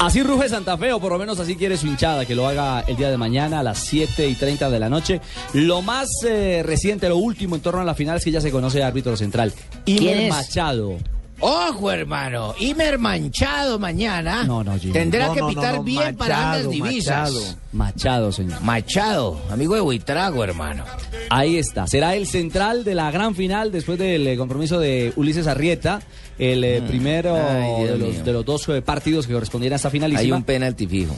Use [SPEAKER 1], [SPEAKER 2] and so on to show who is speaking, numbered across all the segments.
[SPEAKER 1] Así ruge Santa Fe, o por lo menos así quiere su hinchada, que lo haga el día de mañana a las 7 y 30 de la noche. Lo más eh, reciente, lo último en torno a la final es que ya se conoce el árbitro central,
[SPEAKER 2] ¿Quién
[SPEAKER 1] Imer
[SPEAKER 2] es?
[SPEAKER 1] Machado.
[SPEAKER 2] Ojo, hermano. Imer Manchado mañana.
[SPEAKER 1] No, no, Jimmy.
[SPEAKER 2] Tendrá
[SPEAKER 3] No,
[SPEAKER 2] que
[SPEAKER 3] no, no,
[SPEAKER 2] pitar
[SPEAKER 3] no,
[SPEAKER 2] bien para
[SPEAKER 3] Machado,
[SPEAKER 2] las divisas.
[SPEAKER 1] Machado, señor.
[SPEAKER 2] Machado. amigo de Buitrago, hermano.
[SPEAKER 1] Ahí está. Será el central de la gran final después del eh, compromiso de Ulises Arrieta, el eh, primero
[SPEAKER 2] Ah, Ay, Dios
[SPEAKER 1] de los,
[SPEAKER 2] mío.
[SPEAKER 1] de los dos eh, partidos que correspondieran a esta
[SPEAKER 2] Hay
[SPEAKER 1] finalísima.
[SPEAKER 2] un penalti fijo.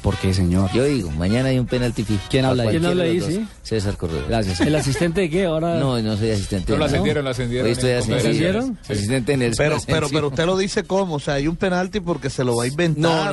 [SPEAKER 1] ¿Por qué, señor?
[SPEAKER 2] Yo digo, mañana hay un penalti fijo.
[SPEAKER 1] ¿Quién habla
[SPEAKER 2] A
[SPEAKER 1] ahí?
[SPEAKER 4] ¿Quién habla ahí,
[SPEAKER 2] cualquiera de los
[SPEAKER 4] sí?
[SPEAKER 2] dos. César Corredor.
[SPEAKER 1] Gracias.
[SPEAKER 4] ¿El asistente de qué? Ahora.
[SPEAKER 2] No, no soy asistente.
[SPEAKER 5] No, lo
[SPEAKER 2] de nada.
[SPEAKER 5] ascendieron, lo ascendieron
[SPEAKER 2] Hoy estoy
[SPEAKER 5] en Copa
[SPEAKER 2] asistente.
[SPEAKER 4] Ascendieron.
[SPEAKER 2] Asistente en el
[SPEAKER 3] Pero, pero, pero usted lo dice cómo, o sea, hay un penalti porque se lo va a inventar.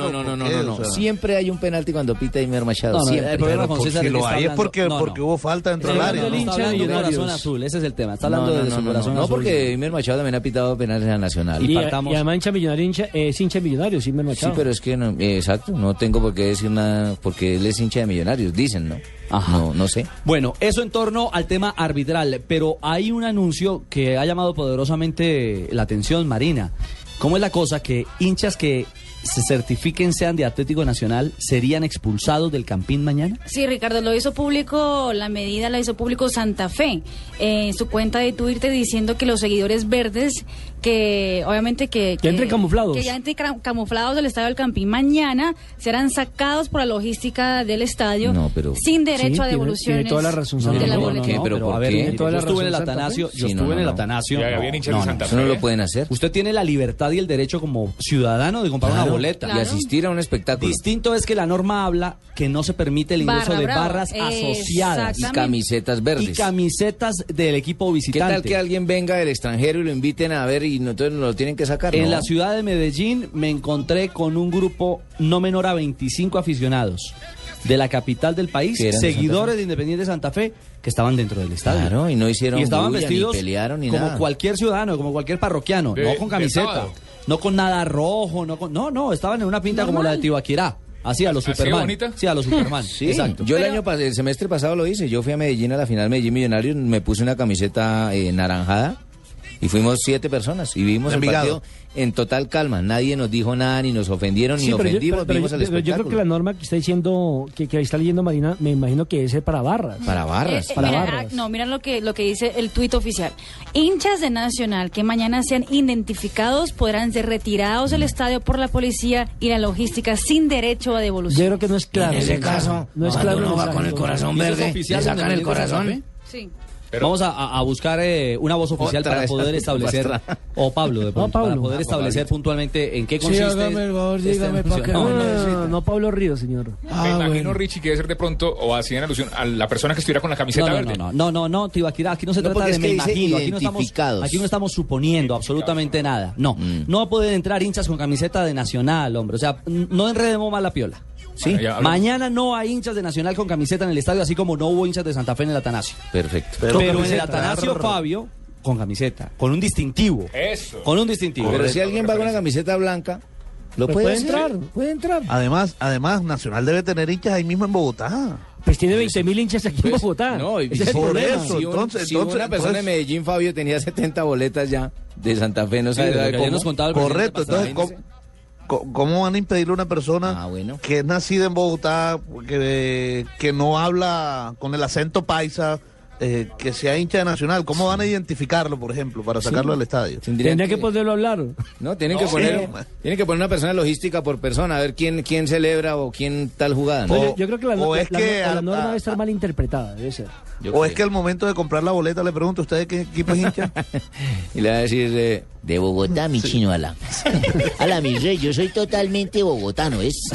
[SPEAKER 2] No, no,
[SPEAKER 3] ¿o
[SPEAKER 2] no,
[SPEAKER 3] por
[SPEAKER 2] no, no,
[SPEAKER 3] qué?
[SPEAKER 2] no,
[SPEAKER 3] O
[SPEAKER 2] no.
[SPEAKER 3] sea,
[SPEAKER 2] Siempre hay un penalti cuando pita Imer Machado.
[SPEAKER 1] No, no,
[SPEAKER 2] siempre.
[SPEAKER 1] el problema con
[SPEAKER 3] por-
[SPEAKER 1] César
[SPEAKER 3] si
[SPEAKER 1] es que
[SPEAKER 3] lo
[SPEAKER 1] está
[SPEAKER 3] hay es
[SPEAKER 1] hablando-
[SPEAKER 3] porque,
[SPEAKER 1] no, no.
[SPEAKER 3] porque hubo falta dentro
[SPEAKER 1] Está
[SPEAKER 3] del
[SPEAKER 1] hablando
[SPEAKER 3] área.
[SPEAKER 1] del
[SPEAKER 3] ¿no?
[SPEAKER 4] hincha
[SPEAKER 1] hincha de
[SPEAKER 4] Millonarios.
[SPEAKER 1] corazón azul, ese es el tema. Está
[SPEAKER 2] No,
[SPEAKER 1] hablando
[SPEAKER 2] no,
[SPEAKER 1] de
[SPEAKER 2] no,
[SPEAKER 1] su
[SPEAKER 2] no,
[SPEAKER 1] corazón
[SPEAKER 2] no,
[SPEAKER 1] azul.
[SPEAKER 2] porque Imer Machado también ha pitado penales a Nacional.
[SPEAKER 1] Y
[SPEAKER 4] Y, a-
[SPEAKER 1] partamos.
[SPEAKER 4] y además hincha millonario hincha, eh, es hincha millonario, sí, Imer
[SPEAKER 2] Sí,
[SPEAKER 4] Machado.
[SPEAKER 2] pero es que no, eh, exacto, no tengo por qué decir nada porque él es hincha de Millonarios, dicen, ¿no?
[SPEAKER 1] Ajá.
[SPEAKER 2] No, no sé.
[SPEAKER 1] Bueno, eso en torno al tema arbitral, pero hay un anuncio que ha llamado poderosamente la atención, Marina. ¿Cómo es la cosa que hinchas que se certifiquen sean de Atlético Nacional serían expulsados del Campín mañana?
[SPEAKER 6] Sí, Ricardo, lo hizo público, la medida la hizo público Santa Fe eh, en su cuenta de Twitter diciendo que los seguidores verdes, que obviamente que...
[SPEAKER 4] Que entren camuflados.
[SPEAKER 6] Que ya entren cra- camuflados del estadio del Campín mañana, serán sacados por la logística del estadio
[SPEAKER 2] No, pero-
[SPEAKER 6] sin derecho
[SPEAKER 4] Sí,
[SPEAKER 6] a
[SPEAKER 4] tiene-
[SPEAKER 6] devoluciones.
[SPEAKER 4] tiene toda la razón,
[SPEAKER 6] de
[SPEAKER 4] Santa
[SPEAKER 6] la
[SPEAKER 2] ¿Por
[SPEAKER 4] Fe.
[SPEAKER 6] boleta.
[SPEAKER 2] qué? ¿Pero
[SPEAKER 1] a
[SPEAKER 2] por
[SPEAKER 1] ver,
[SPEAKER 2] qué?
[SPEAKER 1] mire,
[SPEAKER 4] Toda
[SPEAKER 1] yo
[SPEAKER 4] la
[SPEAKER 1] estuve en el
[SPEAKER 4] razón, Santa
[SPEAKER 1] Atanasio,
[SPEAKER 2] Fe.
[SPEAKER 1] yo
[SPEAKER 2] Sí,
[SPEAKER 1] estuve
[SPEAKER 2] no,
[SPEAKER 1] en el
[SPEAKER 2] no, no.
[SPEAKER 1] Atanasio.
[SPEAKER 5] Ya,
[SPEAKER 1] No,
[SPEAKER 5] bien hincha
[SPEAKER 1] no,
[SPEAKER 5] de
[SPEAKER 1] no.
[SPEAKER 5] Santa
[SPEAKER 2] Eso no
[SPEAKER 5] Fe.
[SPEAKER 2] lo pueden hacer.
[SPEAKER 1] Usted tiene la libertad y el derecho como ciudadano de comprar una
[SPEAKER 2] Claro.
[SPEAKER 1] boleta.
[SPEAKER 2] Y
[SPEAKER 6] Claro.
[SPEAKER 2] asistir a un espectáculo.
[SPEAKER 1] Distinto es que la norma habla que no se permite el ingreso
[SPEAKER 6] Barra
[SPEAKER 1] de
[SPEAKER 6] brava.
[SPEAKER 1] barras asociadas.
[SPEAKER 2] Y
[SPEAKER 6] Exactamente.
[SPEAKER 2] camisetas
[SPEAKER 1] y
[SPEAKER 2] verdes.
[SPEAKER 1] camisetas del equipo
[SPEAKER 2] ¿Qué
[SPEAKER 1] visitante.
[SPEAKER 2] tal que alguien venga del extranjero y lo inviten a ver y no, entonces lo tienen que sacar?
[SPEAKER 1] En
[SPEAKER 2] No.
[SPEAKER 1] la ciudad de Medellín me encontré con un grupo no menor a 25 aficionados de la capital del país,
[SPEAKER 2] Que eran de Santa
[SPEAKER 1] seguidores de Independiente Santa Fe, que estaban dentro del estadio.
[SPEAKER 2] Claro, y no hicieron
[SPEAKER 1] Y estaban
[SPEAKER 2] bulla, ni
[SPEAKER 1] vestidos
[SPEAKER 2] pelearon, ni
[SPEAKER 1] como
[SPEAKER 2] nada.
[SPEAKER 1] cualquier ciudadano, como cualquier parroquiano,
[SPEAKER 5] De-
[SPEAKER 1] no con
[SPEAKER 5] de
[SPEAKER 1] camiseta,
[SPEAKER 5] sábado.
[SPEAKER 1] no con nada rojo, no con... No, no, estaban en una pinta como la de Tibaquirá, así a los
[SPEAKER 5] ¿Así
[SPEAKER 1] Superman.
[SPEAKER 5] bonita?
[SPEAKER 1] Sí, a los Superman,
[SPEAKER 2] Sí,
[SPEAKER 1] exacto.
[SPEAKER 2] Yo el
[SPEAKER 6] Pero-
[SPEAKER 2] año pas- el semestre pasado lo hice. Yo fui a Medellín a la final Medellín Millonarios, me puse una camiseta eh, naranjada y fuimos siete personas y vimos el
[SPEAKER 3] Envigado.
[SPEAKER 2] partido en total calma. Nadie nos dijo nada, ni nos ofendieron, ni
[SPEAKER 4] Sí, pero yo,
[SPEAKER 2] ofendimos.
[SPEAKER 4] pero- pero
[SPEAKER 2] vimos
[SPEAKER 4] yo-
[SPEAKER 2] el
[SPEAKER 4] pero yo creo que la
[SPEAKER 2] espectáculo.
[SPEAKER 4] norma que está diciendo, que, que está leyendo Marina, me imagino que es para barras.
[SPEAKER 2] Para barras.
[SPEAKER 6] Eh, eh,
[SPEAKER 4] para
[SPEAKER 6] mira,
[SPEAKER 4] barras.
[SPEAKER 6] ah, no, mira lo que, lo que dice el tuit oficial. Hinchas de Nacional que mañana sean identificados podrán ser retirados
[SPEAKER 4] Mm.
[SPEAKER 6] del estadio por la policía y la logística sin derecho a
[SPEAKER 4] Yo
[SPEAKER 6] devolución.
[SPEAKER 4] creo que no es claro.
[SPEAKER 7] En ese
[SPEAKER 4] el mensaje.
[SPEAKER 7] caso,
[SPEAKER 4] no es
[SPEAKER 7] cuando
[SPEAKER 4] claro. el
[SPEAKER 7] uno va
[SPEAKER 4] mensaje,
[SPEAKER 7] con el
[SPEAKER 4] no.
[SPEAKER 7] corazón
[SPEAKER 1] ¿Eso es
[SPEAKER 7] verde,
[SPEAKER 1] oficial
[SPEAKER 7] le
[SPEAKER 1] de
[SPEAKER 7] sacan el
[SPEAKER 1] Independiente Santa
[SPEAKER 7] corazón.
[SPEAKER 6] Sí.
[SPEAKER 5] Pero-
[SPEAKER 1] Vamos a- a, a buscar eh, una voz oficial
[SPEAKER 2] Otra
[SPEAKER 1] para
[SPEAKER 2] vez
[SPEAKER 1] poder
[SPEAKER 2] hace
[SPEAKER 1] establecer,
[SPEAKER 2] otra.
[SPEAKER 1] o Pablo, de pronto, para
[SPEAKER 4] Pablo.
[SPEAKER 1] poder
[SPEAKER 4] Ah,
[SPEAKER 1] establecer puntualmente en qué
[SPEAKER 7] Sí,
[SPEAKER 1] consiste.
[SPEAKER 7] hágame el favor,
[SPEAKER 1] esta
[SPEAKER 7] dígame, ¿pa'
[SPEAKER 1] función.
[SPEAKER 7] qué?
[SPEAKER 1] No,
[SPEAKER 4] No,
[SPEAKER 1] no,
[SPEAKER 4] no,
[SPEAKER 1] no.
[SPEAKER 4] no, no, no, Pablo Río, señor.
[SPEAKER 7] Ah,
[SPEAKER 5] Me imagino,
[SPEAKER 7] bueno.
[SPEAKER 5] Richie, que debe ser de pronto, o hacían alusión a la persona que estuviera con la camiseta
[SPEAKER 1] No, no,
[SPEAKER 5] verde.
[SPEAKER 1] no, no, no, no, no, Tibaquirá, aquí no se
[SPEAKER 2] No,
[SPEAKER 1] trata
[SPEAKER 2] porque
[SPEAKER 1] de
[SPEAKER 2] es
[SPEAKER 1] me
[SPEAKER 2] que dice
[SPEAKER 1] imagino, aquí no, estamos,
[SPEAKER 2] identificados.
[SPEAKER 1] aquí no estamos suponiendo absolutamente nada. No, no pueden entrar hinchas con camiseta de Nacional, hombre, o sea, n- no enredemos más la piola. ¿sí?
[SPEAKER 5] Bueno, ya hablamos.
[SPEAKER 1] Mañana no hay hinchas de Nacional con camiseta en el estadio, así como no hubo hinchas de Santa Fe en el Atanasio.
[SPEAKER 2] Perfecto.
[SPEAKER 1] Pero,
[SPEAKER 3] Pero
[SPEAKER 1] en el
[SPEAKER 3] camiseta.
[SPEAKER 1] Atanasio, Fabio, con camiseta, con un distintivo.
[SPEAKER 5] Eso.
[SPEAKER 1] Con un distintivo.
[SPEAKER 2] Pero si
[SPEAKER 5] Correcto,
[SPEAKER 2] alguien va con una
[SPEAKER 5] referencia.
[SPEAKER 2] camiseta blanca, lo
[SPEAKER 4] Pues
[SPEAKER 2] puede,
[SPEAKER 4] puede
[SPEAKER 2] hacer.
[SPEAKER 4] entrar, puede entrar.
[SPEAKER 3] Además, además, Nacional debe tener hinchas ahí mismo en Bogotá.
[SPEAKER 4] Pues tiene 20.000 hinchas aquí en
[SPEAKER 2] Pues,
[SPEAKER 4] Bogotá.
[SPEAKER 2] No, y,
[SPEAKER 4] Ese es el
[SPEAKER 3] por
[SPEAKER 4] problema.
[SPEAKER 3] eso.
[SPEAKER 2] si un-
[SPEAKER 3] entonces,
[SPEAKER 2] si una
[SPEAKER 3] entonces,
[SPEAKER 2] persona de
[SPEAKER 3] entonces-
[SPEAKER 2] Medellín, Fabio, tenía 70 boletas ya de Santa Fe, no
[SPEAKER 1] Sí, de
[SPEAKER 2] sabe
[SPEAKER 1] lo que ayer
[SPEAKER 2] cómo.
[SPEAKER 1] nos contaba el presidente
[SPEAKER 3] Correcto,
[SPEAKER 1] Pastrana.
[SPEAKER 3] entonces, ¿cómo, co- cómo van a impedirle a una persona
[SPEAKER 2] Ah, bueno.
[SPEAKER 3] que es nacida en Bogotá, que, que no habla con el acento paisa, eh, que sea hincha de Nacional? ¿Cómo van a identificarlo, por ejemplo, para sacarlo del estadio?
[SPEAKER 2] Tendrían
[SPEAKER 4] Tendría que poderlo hablar.
[SPEAKER 2] No, tienen que poner, tienen que poner una persona logística por persona, a ver quién, quién celebra o quién tal jugada. ¿no?
[SPEAKER 4] Oye,
[SPEAKER 3] O-
[SPEAKER 4] yo creo que la,
[SPEAKER 3] o
[SPEAKER 4] la-
[SPEAKER 3] es
[SPEAKER 4] la-
[SPEAKER 3] que
[SPEAKER 4] la
[SPEAKER 3] al-
[SPEAKER 4] norma
[SPEAKER 3] a-
[SPEAKER 4] debe estar mal interpretada, debe ser.
[SPEAKER 2] Yo
[SPEAKER 3] ¿O es
[SPEAKER 2] creo.
[SPEAKER 3] que al momento de comprar la boleta le pregunto a ustedes qué equipo es hincha?
[SPEAKER 2] Y le va a decir, eh, de Bogotá, mi chino, ala. Ala, mi rey, yo soy totalmente bogotano, ¿es?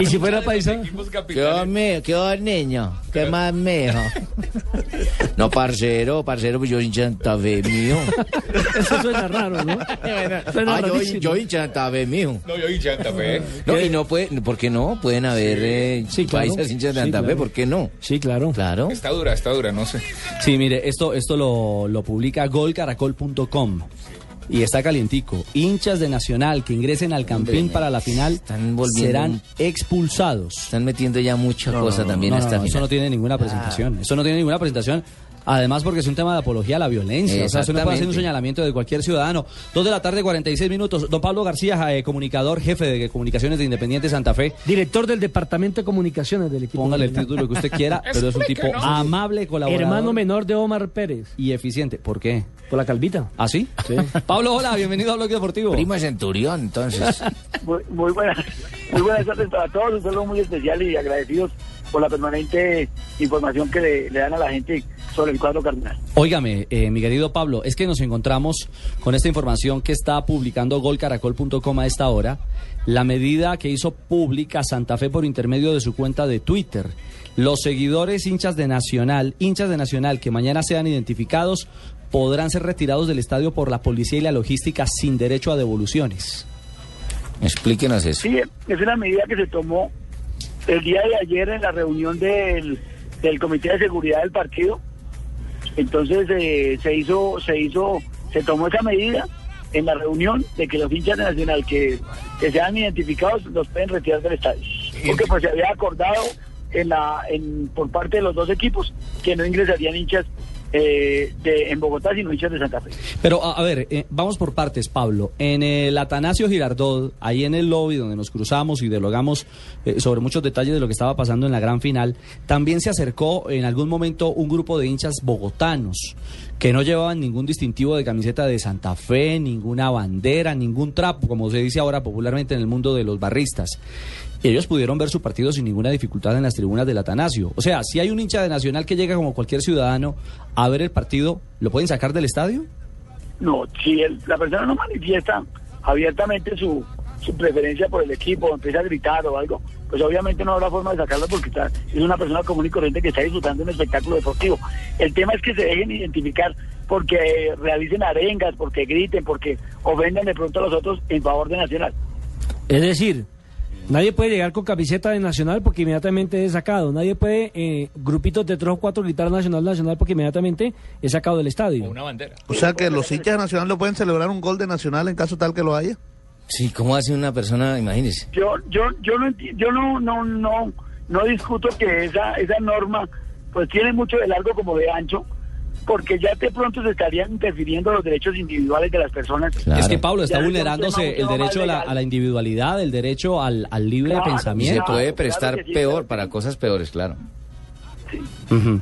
[SPEAKER 4] Y si fuera paisa,
[SPEAKER 5] Equipos
[SPEAKER 2] ¿Qué
[SPEAKER 5] capitales.
[SPEAKER 2] va, me- qué va, niño? ¿Qué más, mejo? No, parcero, parcero, pues yo hincha de Santa Fe, mío.
[SPEAKER 4] eso suena raro, ¿no? Suena
[SPEAKER 2] Ah, yo,
[SPEAKER 4] rarísimo.
[SPEAKER 2] yo hincha de Santa Fe, mío.
[SPEAKER 5] No, yo hincha de Santa Fe.
[SPEAKER 2] No, y no puede, ¿por qué no? Pueden haber eh,
[SPEAKER 4] Sí, claro.
[SPEAKER 2] paisas hinchas de
[SPEAKER 4] Sí,
[SPEAKER 2] Santa Fe,
[SPEAKER 4] claro.
[SPEAKER 2] ¿por qué no?
[SPEAKER 4] Sí, claro.
[SPEAKER 2] Claro.
[SPEAKER 5] Está dura, está dura, no sé.
[SPEAKER 1] Sí, mire, esto, esto lo, lo publica golcaracol.com. Y está calientico. Hinchas de Nacional que ingresen al campín
[SPEAKER 2] Hombre,
[SPEAKER 1] para la final
[SPEAKER 2] están volviendo
[SPEAKER 1] serán
[SPEAKER 2] un-
[SPEAKER 1] expulsados.
[SPEAKER 2] Están metiendo ya mucha cosa también
[SPEAKER 1] No,
[SPEAKER 2] a
[SPEAKER 1] no,
[SPEAKER 2] esta
[SPEAKER 1] no,
[SPEAKER 2] final. Ah.
[SPEAKER 1] eso no tiene ninguna presentación. Eso no tiene ninguna presentación. Además, porque es un tema de apología a la violencia. O sea, se no puede hacer un
[SPEAKER 2] Exactamente.
[SPEAKER 1] señalamiento de cualquier ciudadano. Dos de la tarde, 46 minutos. Don Pablo García, Jae, comunicador, jefe de comunicaciones de Independiente Santa Fe.
[SPEAKER 4] Director del Departamento de Comunicaciones del equipo.
[SPEAKER 1] Póngale el
[SPEAKER 4] colombiano.
[SPEAKER 1] título que usted quiera, pero es un tipo
[SPEAKER 5] Explíquenos.
[SPEAKER 1] amable, colaborador
[SPEAKER 4] Hermano menor de Omar Pérez.
[SPEAKER 1] y eficiente. ¿Por qué?
[SPEAKER 4] Con la calvita.
[SPEAKER 1] ¿Así?
[SPEAKER 4] Sí.
[SPEAKER 1] ¿Ah, Pablo, hola, bienvenido a Bloque Deportivo.
[SPEAKER 2] Primo de Centurión, entonces.
[SPEAKER 7] Muy, muy buenas, muy buenas tardes para todos, un saludo muy especial y agradecidos por la permanente información que le, le dan a la gente sobre el cuadro cardenal.
[SPEAKER 1] Óigame, eh, mi querido Pablo, es que nos encontramos con esta información que está publicando golcaracol.com a esta hora, la medida que hizo pública Santa Fe por intermedio de su cuenta de Twitter. Los seguidores hinchas de Nacional, hinchas de Nacional que mañana sean identificados, podrán ser retirados del estadio por la policía y la logística sin derecho a devoluciones.
[SPEAKER 2] Explíquenos eso.
[SPEAKER 7] Sí, es una medida que se tomó el día de ayer en la reunión del, del Comité de Seguridad del partido. Entonces eh, se hizo, se hizo, se tomó esa medida en la reunión de que los hinchas de Nacional que, que sean identificados los pueden retirar del estadio. Porque pues se había acordado en la, en, por parte de los dos equipos que no ingresarían hinchas eh, de, en Bogotá, sino hinchas de Santa Fe.
[SPEAKER 1] Pero, a, a ver, eh, vamos por partes, Pablo. En el Atanasio Girardot, ahí en el lobby donde nos cruzamos y dialogamos eh, sobre muchos detalles de lo que estaba pasando en la gran final, también se acercó en algún momento un grupo de hinchas bogotanos que no llevaban ningún distintivo de camiseta de Santa Fe, ninguna bandera, ningún trapo, como se dice ahora popularmente en el mundo de los barristas. Y ellos pudieron ver su partido sin ninguna dificultad en las tribunas del Atanasio. O sea, si hay un hincha de Nacional que llega como cualquier ciudadano a ver el partido, ¿lo pueden sacar del estadio?
[SPEAKER 7] No, si el- la persona no manifiesta abiertamente su, su preferencia por el equipo, o empieza a gritar o algo, pues obviamente no habrá forma de sacarlo porque está, es una persona común y corriente que está disfrutando de un espectáculo deportivo. El tema es que se dejen identificar porque realicen arengas, porque griten, porque ofendan de pronto a los otros en favor de Nacional.
[SPEAKER 4] Es decir, nadie puede llegar con camiseta de Nacional porque inmediatamente es sacado. Nadie puede, eh, grupitos de tres o cuatro, gritar Nacional, Nacional porque inmediatamente es sacado del estadio.
[SPEAKER 5] O una bandera.
[SPEAKER 3] O sea que los hinchas de Nacional lo pueden celebrar un gol de Nacional en caso tal que lo haya.
[SPEAKER 2] Sí, ¿cómo hace una persona, imagínese?
[SPEAKER 7] yo yo yo no enti- yo no no no no discuto que esa esa norma pues tiene mucho de largo como de ancho porque ya de pronto se estarían interfiriendo los derechos individuales de las personas
[SPEAKER 2] Claro.
[SPEAKER 1] Es que Pablo está
[SPEAKER 7] Ya es un tema
[SPEAKER 1] vulnerándose
[SPEAKER 7] mucho
[SPEAKER 1] el
[SPEAKER 7] más
[SPEAKER 1] derecho a la,
[SPEAKER 7] legal.
[SPEAKER 1] a la individualidad, el derecho al, al libre
[SPEAKER 7] Claro,
[SPEAKER 2] Y se
[SPEAKER 1] pensamiento.
[SPEAKER 7] claro.
[SPEAKER 2] puede prestar
[SPEAKER 7] claro que sí, claro
[SPEAKER 2] peor
[SPEAKER 7] que
[SPEAKER 2] para
[SPEAKER 7] sí.
[SPEAKER 2] cosas peores, claro.
[SPEAKER 1] Ujú.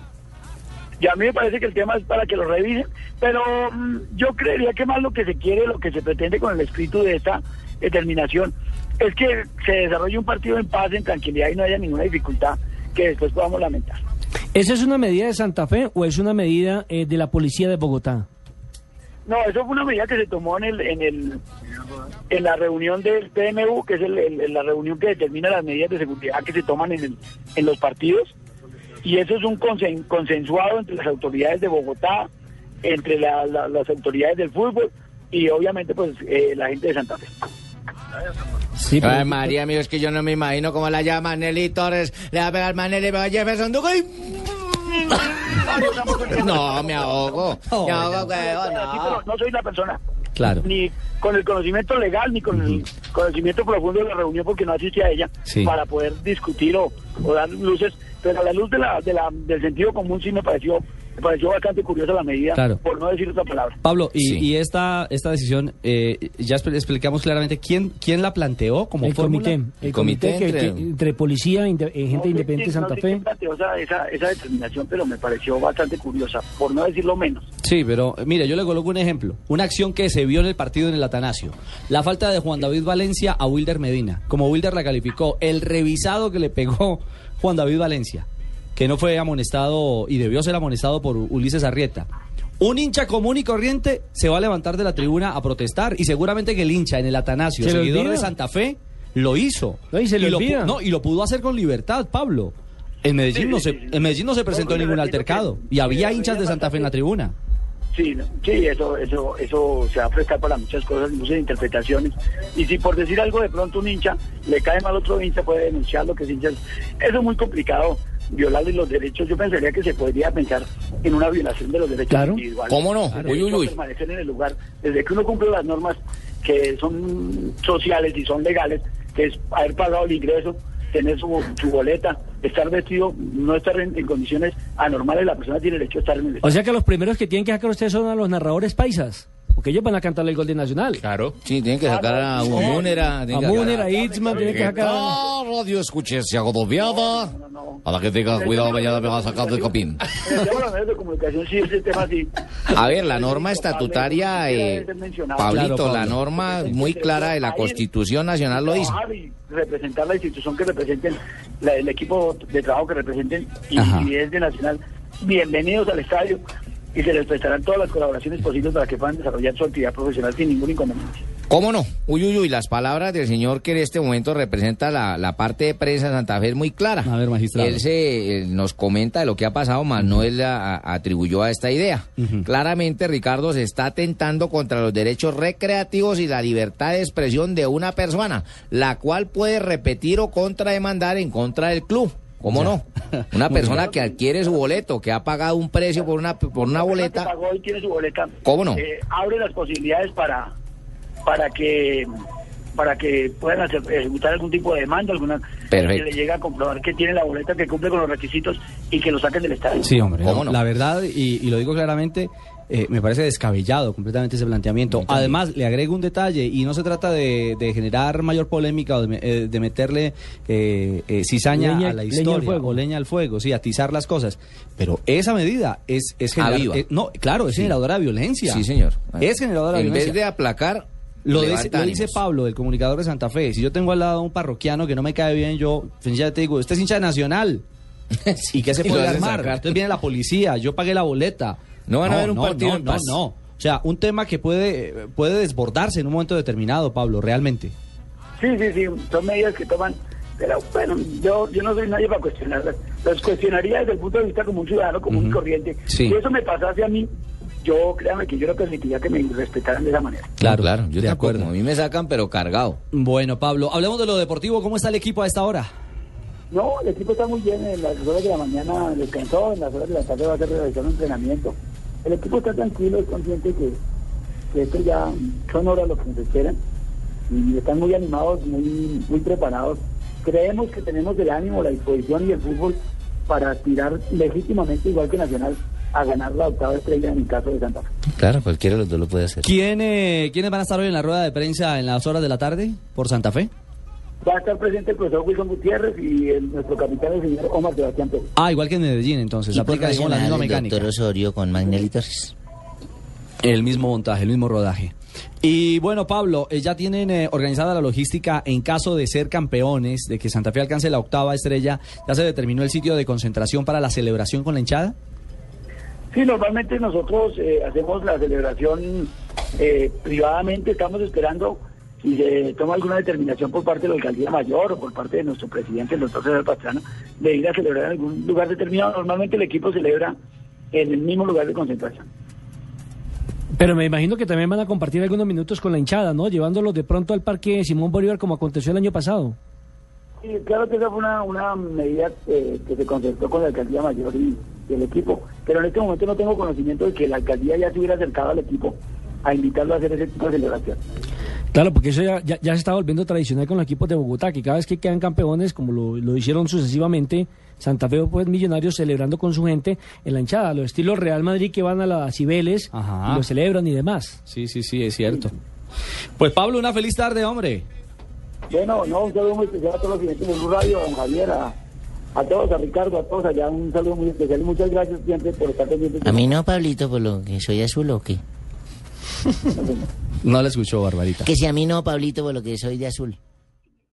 [SPEAKER 7] y a mí me parece que el tema es para que lo revisen pero mm, yo creería que más lo que se quiere lo que se pretende con el espíritu de esta determinación es que se desarrolle un partido en paz en tranquilidad y no haya ninguna dificultad que después podamos lamentar
[SPEAKER 4] ¿Esa es una medida de Santa Fe o es una medida eh, de la policía de Bogotá?
[SPEAKER 7] No, eso fue una medida que se tomó en el, en el en la reunión del PMU, que es el- el- la reunión que determina las medidas de seguridad que se toman en, el- en los partidos. Y eso es un consen- consensuado entre las autoridades de Bogotá, entre la- la- las autoridades del fútbol y obviamente pues eh, la gente de Santa Fe.
[SPEAKER 4] Sí,
[SPEAKER 2] Ay, María, mío, es que yo no me imagino cómo la llama Nelly Torres. Le va a pegar Manelli, va a Jefferson Duque y- No, me ahogo. Me ahogo, huevón,
[SPEAKER 7] Aquí, pero
[SPEAKER 2] no.
[SPEAKER 7] no soy la persona
[SPEAKER 1] Claro.
[SPEAKER 7] ni con el conocimiento legal ni con el conocimiento profundo de la reunión porque no asistí a ella
[SPEAKER 1] Sí.
[SPEAKER 7] para poder discutir o, o dar luces pero a la luz de la, de la- del sentido común sí me pareció me pareció bastante curiosa la medida
[SPEAKER 1] Claro.
[SPEAKER 7] por no decir otra palabra
[SPEAKER 1] Pablo, y,
[SPEAKER 2] Sí.
[SPEAKER 1] y esta, esta decisión, eh, ya expl- explicamos claramente quién, quién la planteó como
[SPEAKER 4] el
[SPEAKER 1] fórmula.
[SPEAKER 4] comité, el
[SPEAKER 2] El
[SPEAKER 4] comité,
[SPEAKER 2] comité
[SPEAKER 4] que-
[SPEAKER 2] entre-
[SPEAKER 4] que- entre policía, inde- eh, gente
[SPEAKER 7] No sé
[SPEAKER 4] independiente de
[SPEAKER 7] quién- no
[SPEAKER 4] Santa
[SPEAKER 7] sé
[SPEAKER 4] Fe.
[SPEAKER 7] quién planteó esa, esa, esa determinación pero me pareció bastante curiosa por no decirlo menos
[SPEAKER 1] Sí, pero eh, mire, yo le coloco un ejemplo. Una acción que se vio en el partido en el Atanasio. La falta de Juan David Valencia a Wilder Medina. Como Wilder la calificó, el revisado que le pegó Juan David Valencia, que no fue amonestado y debió ser amonestado por U- Ulises Arrieta. Un hincha común y corriente se va a levantar de la tribuna a protestar y seguramente que el hincha en el Atanasio,
[SPEAKER 4] Se le
[SPEAKER 1] seguidor
[SPEAKER 4] olvida.
[SPEAKER 1] de Santa Fe, lo hizo.
[SPEAKER 4] No, y se le
[SPEAKER 1] lo pu-
[SPEAKER 4] olvida.
[SPEAKER 1] no, y lo pudo hacer con libertad, Pablo. En
[SPEAKER 7] Sí,
[SPEAKER 1] Medellín,
[SPEAKER 7] sí,
[SPEAKER 1] no
[SPEAKER 7] sí,
[SPEAKER 1] se,
[SPEAKER 7] sí.
[SPEAKER 1] en Medellín no se
[SPEAKER 7] No,
[SPEAKER 1] presentó
[SPEAKER 7] porque
[SPEAKER 1] ningún
[SPEAKER 7] me refiero que-
[SPEAKER 1] altercado y había
[SPEAKER 7] que
[SPEAKER 1] hinchas de
[SPEAKER 7] había
[SPEAKER 1] Santa Fe en la
[SPEAKER 7] bastante-
[SPEAKER 1] tribuna.
[SPEAKER 7] Sí, no, sí, eso, eso, eso se va a prestar para muchas cosas, muchas interpretaciones. Y si por decir algo de pronto un hincha le cae mal otro hincha, puede denunciar lo que es hincha. Eso es muy complicado, violarle los derechos. Yo pensaría que se podría pensar en una violación de los derechos
[SPEAKER 4] Claro.
[SPEAKER 7] individuales.
[SPEAKER 2] ¿Cómo no?
[SPEAKER 7] Claro,
[SPEAKER 2] Uy, uy, uy.
[SPEAKER 7] Permanecer en el lugar, desde que uno cumple las normas que son sociales y son legales, que es haber pagado el ingreso, tener su, su boleta, estar vestido, no estar en, en condiciones anormales, la persona tiene derecho a estar en el
[SPEAKER 4] O sea que los primeros que tienen que sacar ustedes son a los narradores paisas, porque ellos van a cantar el gol de Nacional.
[SPEAKER 5] Claro.
[SPEAKER 2] Sí, tienen que sacar a Munera.
[SPEAKER 4] A Muner, a Itzman, tienen que sacar a...
[SPEAKER 2] Ah, radio escuché, se agodoviada.
[SPEAKER 7] No, no, no.
[SPEAKER 2] A la que tenga cuidado, mañana me va a sacar del copín.
[SPEAKER 7] En el tema de los medios de comunicación sí ese tema sí.
[SPEAKER 2] A ver, la norma estatutaria, eh, Pablito,
[SPEAKER 1] Claro,
[SPEAKER 2] la
[SPEAKER 1] Pablo.
[SPEAKER 2] norma muy clara de la Constitución Nacional lo dice.
[SPEAKER 7] Trabajar y representar la institución que representen, la- el equipo de trabajo que representen y,
[SPEAKER 1] Ajá.
[SPEAKER 7] y es de Nacional. Bienvenidos al estadio y se les prestarán todas las colaboraciones posibles para que puedan desarrollar su actividad profesional sin ningún inconveniente.
[SPEAKER 2] ¿Cómo no? Uy, uy, uy, las palabras del señor que en este momento representa la, la parte de prensa de Santa Fe es muy clara.
[SPEAKER 1] A ver, magistrado.
[SPEAKER 2] Él se eh, nos comenta de lo que ha pasado, más no él a- a- atribuyó a esta idea. Claramente, Ricardo se está atentando contra los derechos recreativos y la libertad de expresión de una persona, la cual puede repetir o contrademandar en contra del club. ¿Cómo no? Una persona que adquiere su boleto, que ha pagado un precio por una, por una
[SPEAKER 7] persona que
[SPEAKER 2] boleta.
[SPEAKER 7] pagó y tiene su boleta.
[SPEAKER 2] ¿Cómo no?
[SPEAKER 7] eh, abre las posibilidades para para que para que puedan hacer, ejecutar algún tipo de demanda, alguna
[SPEAKER 2] Perfecto.
[SPEAKER 7] que le llega a comprobar que tiene la boleta, que cumple con los requisitos y que lo saquen del estadio.
[SPEAKER 1] Sí, hombre.
[SPEAKER 2] ¿Cómo
[SPEAKER 1] no?
[SPEAKER 2] no?
[SPEAKER 1] La verdad, y, y lo digo claramente, eh, me parece descabellado completamente ese planteamiento. Además, le agrego un detalle, y no se trata de, de generar mayor polémica o de, me- eh, de meterle eh, eh, cizaña
[SPEAKER 4] Leña-
[SPEAKER 1] a la
[SPEAKER 4] leña al
[SPEAKER 1] historia
[SPEAKER 4] fuego.
[SPEAKER 1] o leña al fuego, sí, atizar las cosas. Pero esa medida es, es generar-
[SPEAKER 2] Aviva.
[SPEAKER 1] eh, no, claro, es generadora de violencia.
[SPEAKER 2] Ah, Sí, señor.
[SPEAKER 1] Es generadora de
[SPEAKER 2] En
[SPEAKER 1] violencia.
[SPEAKER 2] vez de aplacar,
[SPEAKER 1] Lo, de-
[SPEAKER 2] levanta
[SPEAKER 1] lo dice
[SPEAKER 2] ánimos.
[SPEAKER 1] Pablo, del comunicador de Santa Fe. Si yo tengo al lado a un parroquiano que no me cae bien, yo ya te digo, este es hincha de nacional. ¿Y qué se
[SPEAKER 2] Y lo
[SPEAKER 1] puede
[SPEAKER 2] hacen
[SPEAKER 1] armar?
[SPEAKER 2] sacar.
[SPEAKER 1] Entonces viene la policía, yo pagué la boleta.
[SPEAKER 2] No van a ver un partido
[SPEAKER 1] No,
[SPEAKER 2] en
[SPEAKER 1] no,
[SPEAKER 2] paz.
[SPEAKER 1] no. O sea, un tema que puede, eh, puede desbordarse en un momento determinado, Pablo, realmente.
[SPEAKER 7] Sí, sí, sí, son medidas que toman, pero bueno, yo, yo no soy nadie para cuestionarlas. Las cuestionaría desde el punto de vista como un ciudadano común y corriente.
[SPEAKER 1] Sí.
[SPEAKER 7] Si eso me pasase a mí, yo créame que yo no permitiría que me respetaran de esa manera.
[SPEAKER 2] Claro, claro, yo
[SPEAKER 1] de
[SPEAKER 2] tampoco.
[SPEAKER 1] acuerdo.
[SPEAKER 2] A mí me sacan, pero cargado.
[SPEAKER 1] Bueno, Pablo, hablemos de lo deportivo. ¿Cómo está el equipo a esta hora?
[SPEAKER 7] No, el equipo está muy bien, en las horas de la mañana descansó, en las horas de la tarde va a ser realizado un entrenamiento. El equipo está tranquilo, es consciente que, que esto ya son horas lo que nos esperan y están muy animados, muy, muy preparados. Creemos que tenemos el ánimo, la disposición y el fútbol para tirar legítimamente, igual que Nacional, a ganar la octava estrella en el caso de Santa Fe.
[SPEAKER 2] Claro, cualquiera de los dos lo puede hacer.
[SPEAKER 1] ¿Quién, eh, ¿Quiénes van a estar hoy en la rueda de prensa en las horas de la tarde por Santa Fe?
[SPEAKER 7] Va a estar presente el profesor Wilson Gutiérrez y el- nuestro capitán, el señor Omar Sebastián Pérez.
[SPEAKER 1] Ah, igual que en Medellín, entonces. Aplica digamos, la misma mecánica.
[SPEAKER 2] Osorio con Magnelli Torres.
[SPEAKER 1] El mismo montaje, el mismo rodaje. Y bueno, Pablo, eh, ya tienen eh, organizada la logística en caso de ser campeones, de que Santa Fe alcance la octava estrella. ¿Ya se determinó el sitio de concentración para la celebración con la hinchada?
[SPEAKER 7] Sí, normalmente nosotros eh, hacemos la celebración eh, privadamente, estamos esperando si se toma alguna determinación por parte de la alcaldía mayor o por parte de nuestro presidente, el doctor César Pastrana, de ir a celebrar en algún lugar determinado. Normalmente el equipo celebra en el mismo lugar de concentración.
[SPEAKER 4] Pero me imagino que también van a compartir algunos minutos con la hinchada, ¿no? Llevándolos de pronto al parque Simón Bolívar como aconteció el año pasado.
[SPEAKER 7] Sí, claro que esa fue una, una medida eh, que se concertó con la alcaldía mayor y, y el equipo, pero en este momento no tengo conocimiento de que la alcaldía ya se hubiera acercado al equipo a invitarlo a hacer ese tipo de celebración.
[SPEAKER 4] Claro, porque eso ya, ya- ya se está volviendo tradicional con los equipos de Bogotá, que cada vez que quedan campeones, como lo, lo hicieron sucesivamente, Santa Fe pues Millonarios celebrando con su gente en la hinchada, los estilos Real Madrid que van a las Cibeles
[SPEAKER 1] Ajá.
[SPEAKER 4] y lo celebran y demás.
[SPEAKER 1] Sí, sí, sí, es cierto. Pues Pablo, una feliz tarde, hombre.
[SPEAKER 7] Bueno, no, un saludo muy especial a todos los clientes de Blue Radio, a don Javier, a, a todos, a Ricardo, a todos allá, un saludo muy especial y muchas gracias siempre por estar pendientes.
[SPEAKER 8] A mí no, Pablito, por lo que soy azul o qué.
[SPEAKER 1] No la escuchó, Barbarita.
[SPEAKER 8] Que si a mí no, Pablito, por lo que soy de azul.